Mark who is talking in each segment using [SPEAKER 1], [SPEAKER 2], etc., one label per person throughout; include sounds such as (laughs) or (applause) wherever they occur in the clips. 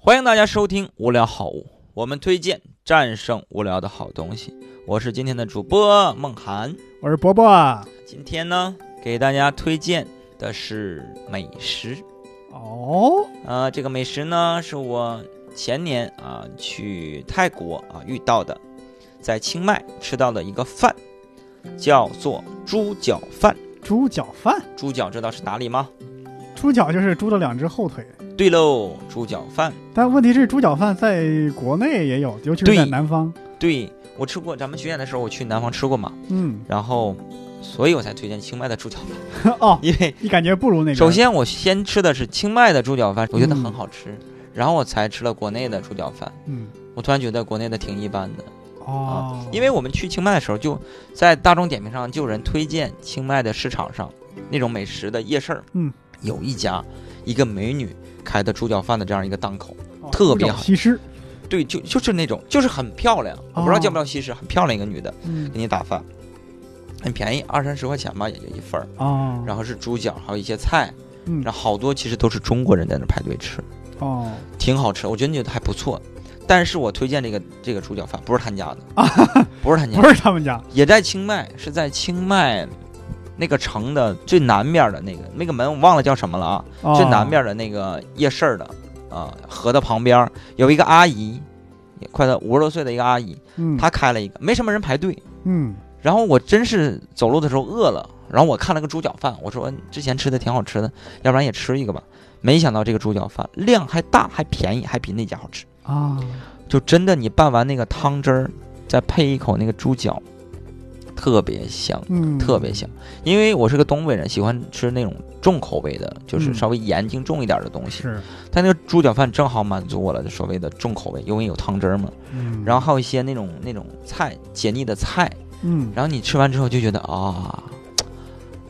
[SPEAKER 1] 欢迎大家收听《无聊好物》，我们推荐战胜无聊的好东西。我是今天的主播梦涵，
[SPEAKER 2] 我是伯伯。啊
[SPEAKER 1] 今天呢，给大家推荐的是美食。
[SPEAKER 2] 哦，
[SPEAKER 1] 呃，这个美食呢，是我前年啊、去泰国啊遇到的，在清迈吃到的一个饭，叫做猪脚饭。
[SPEAKER 2] 猪脚饭，
[SPEAKER 1] 猪脚知道是哪里吗？
[SPEAKER 2] 猪脚就是猪的两只后腿。
[SPEAKER 1] 对喽，猪脚饭。
[SPEAKER 2] 但问题是，猪脚饭在国内也有，尤其是
[SPEAKER 1] 对
[SPEAKER 2] 在南方。
[SPEAKER 1] 对我吃过，咱们巡演的时候我去南方吃过嘛，
[SPEAKER 2] 嗯，
[SPEAKER 1] 然后，所以我才推荐清迈的猪脚饭，(laughs)
[SPEAKER 2] 哦，
[SPEAKER 1] 因为
[SPEAKER 2] 你感觉不如那边。
[SPEAKER 1] 首，先我先吃的是清迈的猪脚饭，我觉得很
[SPEAKER 2] 嗯
[SPEAKER 1] 好吃，然后我才吃了国内的猪脚饭，
[SPEAKER 2] 嗯，
[SPEAKER 1] 我突然觉得国内的挺一般的，
[SPEAKER 2] 哦，
[SPEAKER 1] 啊因为我们去清迈的时候就在大众点评上就有人推荐清迈的市场上那种美食的夜市儿，
[SPEAKER 2] 嗯，
[SPEAKER 1] 有一家一个美女开的猪脚饭的这样一个档口，
[SPEAKER 2] 哦
[SPEAKER 1] 特别好
[SPEAKER 2] 猪脚西施。
[SPEAKER 1] 对，就就是那种就是很漂亮，我
[SPEAKER 2] 哦
[SPEAKER 1] 不知道叫不叫西施，很漂亮一个女的
[SPEAKER 2] 嗯
[SPEAKER 1] 给，你打饭，很便宜，二三十块钱吧，也就一份儿，
[SPEAKER 2] 哦，
[SPEAKER 1] 然后是猪脚，还有一些菜。
[SPEAKER 2] 嗯
[SPEAKER 1] 然后好多其实都是中国人在那排队吃，
[SPEAKER 2] 哦，
[SPEAKER 1] 挺好吃，我真觉得还不错。但是我推荐这个这个猪脚饭不是他家
[SPEAKER 2] (laughs)
[SPEAKER 1] 的，不是他家
[SPEAKER 2] 不，是他们家。
[SPEAKER 1] 也在清迈，是在清迈那个城的最南边的那个那个门，我忘了叫什么了啊，
[SPEAKER 2] 哦
[SPEAKER 1] 最南。边的那个夜市儿的啊、河的旁边儿有一个阿姨，也快到五十多岁的一个阿姨，
[SPEAKER 2] 嗯，
[SPEAKER 1] 她开了一个，没什么人排队。
[SPEAKER 2] 嗯，
[SPEAKER 1] 然后我真是走路的时候饿了，然后我看了个猪脚饭，我说嗯之前吃的挺好吃的，要不然也吃一个吧。没想到这个猪脚饭量还大，还便宜，还比那家好吃。
[SPEAKER 2] 啊，
[SPEAKER 1] 就真的你拌完那个汤汁儿，再配一口那个猪脚，特别香，
[SPEAKER 2] 嗯，
[SPEAKER 1] 特别香。因为我是个东北人，喜欢吃那种重口味的，就是
[SPEAKER 2] 嗯
[SPEAKER 1] 稍微盐精重一点的东西。
[SPEAKER 2] 是。
[SPEAKER 1] 但那个猪脚饭正好满足我了，就所谓的重口味，因为有汤汁儿嘛。
[SPEAKER 2] 嗯，
[SPEAKER 1] 然后还有一些那种那种菜解腻的菜，
[SPEAKER 2] 嗯，
[SPEAKER 1] 然后你吃完之后就觉得啊，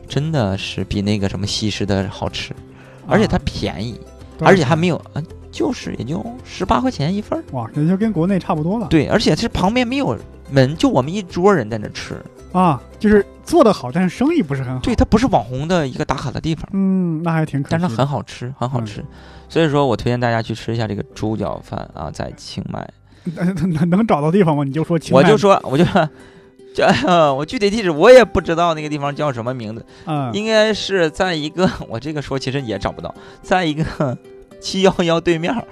[SPEAKER 1] 真的是比那个什么西施的好吃，而且它便宜，
[SPEAKER 2] 啊
[SPEAKER 1] 而且还没有，啊，就是也就十八块钱一份儿。
[SPEAKER 2] 哇，也就跟国内差不多了。
[SPEAKER 1] 对，而且这旁边没有人，就我们一桌人在那吃。
[SPEAKER 2] 啊，就是做得好，但是生意不是很好。
[SPEAKER 1] 对，它不是网红的一个打卡的地方，
[SPEAKER 2] 嗯，那还挺可惜
[SPEAKER 1] 但
[SPEAKER 2] 的。
[SPEAKER 1] 是很好吃，嗯很好吃。所以说我推荐大家去吃一下这个猪脚饭啊，在清迈。
[SPEAKER 2] (laughs) 能能找到地方吗？你就说清
[SPEAKER 1] 我
[SPEAKER 2] 迈
[SPEAKER 1] 就说，我就。这、 (laughs) 我具体地址我也不知道那个地方叫什么名字，
[SPEAKER 2] 嗯
[SPEAKER 1] 应该是在一个， (laughs) 我这个说其实也找不到，在一个 (laughs) 七幺幺对面儿，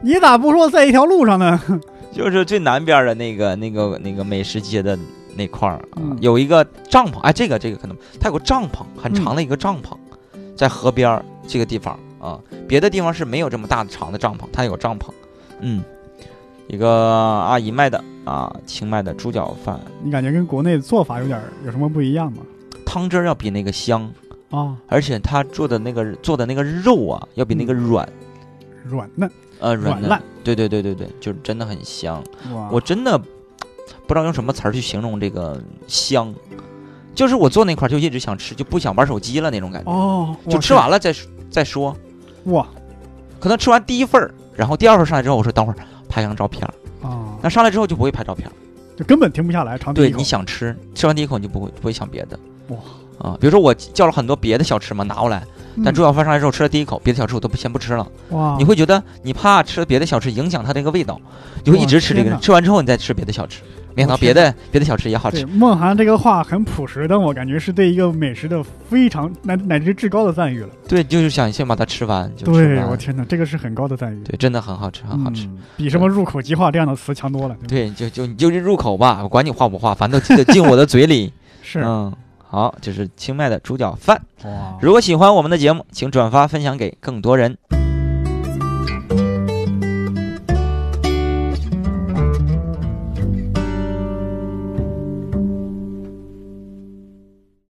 [SPEAKER 2] 你咋不说在一条路上呢？ (laughs)
[SPEAKER 1] 就是最南边的那个那个那个美食街的那块儿、啊
[SPEAKER 2] 嗯
[SPEAKER 1] 有一个帐篷，哎，这个这个可能它有个帐篷，很长的一个帐篷，在河边儿这个地方啊，别的地方是没有这么大的长的帐篷，它有帐篷，嗯，一个阿姨卖的啊，清迈的猪脚饭，
[SPEAKER 2] 你感觉跟国内的做法有点儿有什么不一样吗？
[SPEAKER 1] 汤汁儿要比那个香，
[SPEAKER 2] 啊，
[SPEAKER 1] 而且它做的那个做的那个肉啊，要比那个
[SPEAKER 2] 嗯
[SPEAKER 1] 软。
[SPEAKER 2] 软嫩
[SPEAKER 1] 呃，
[SPEAKER 2] 软
[SPEAKER 1] 嫩
[SPEAKER 2] 烂，
[SPEAKER 1] 对对对对对，就是真的很香。
[SPEAKER 2] 哇！
[SPEAKER 1] 我真的不知道用什么词儿去形容这个香，就是我坐那块儿就一直想吃，就不想玩手机了那种感觉，
[SPEAKER 2] 哦，
[SPEAKER 1] 就吃完了再说再说。
[SPEAKER 2] 了哇
[SPEAKER 1] 可能吃完第一份儿，然后第二份儿上来之后，我说等会儿拍张照片儿。
[SPEAKER 2] 啊，
[SPEAKER 1] 那上来之后就不会拍照片儿，
[SPEAKER 2] 就根本停不下来，尝第
[SPEAKER 1] 对，
[SPEAKER 2] 一口
[SPEAKER 1] 你想吃，吃完第一口你就不会不会想别的。
[SPEAKER 2] 哇
[SPEAKER 1] 啊、比如说我叫了很多别的小吃嘛，拿过来，但
[SPEAKER 2] 嗯
[SPEAKER 1] 猪脚饭上来之后吃了第一口，别的小吃我都不先不吃了。
[SPEAKER 2] 哇，
[SPEAKER 1] 你会觉得你怕吃别的小吃影响它这个味道，你会一直吃这
[SPEAKER 2] 天
[SPEAKER 1] 个
[SPEAKER 2] 哪，
[SPEAKER 1] 吃完之后你再吃别的小吃，没想到
[SPEAKER 2] 我
[SPEAKER 1] 别
[SPEAKER 2] 天
[SPEAKER 1] 的别的小吃也好
[SPEAKER 2] 对
[SPEAKER 1] 吃。
[SPEAKER 2] 梦涵这个话很朴实，但我感觉是对一个美食的非常乃乃至至高的赞誉了。
[SPEAKER 1] 对，就是想先把它吃完，就吃
[SPEAKER 2] 对，我
[SPEAKER 1] 完。
[SPEAKER 2] 天哪，这个是很高的赞誉，
[SPEAKER 1] 对，真的很好吃，很好吃。
[SPEAKER 2] 嗯，比什么入口即化这样的词强多了。吧
[SPEAKER 1] 对，就就你就是入口吧，我管你化不化，反正都进进我的嘴里。
[SPEAKER 2] (laughs) 是
[SPEAKER 1] 嗯，好，这是清迈的猪脚饭。
[SPEAKER 2] 哇，
[SPEAKER 1] 如果喜欢我们的节目，请转发分享给更多人。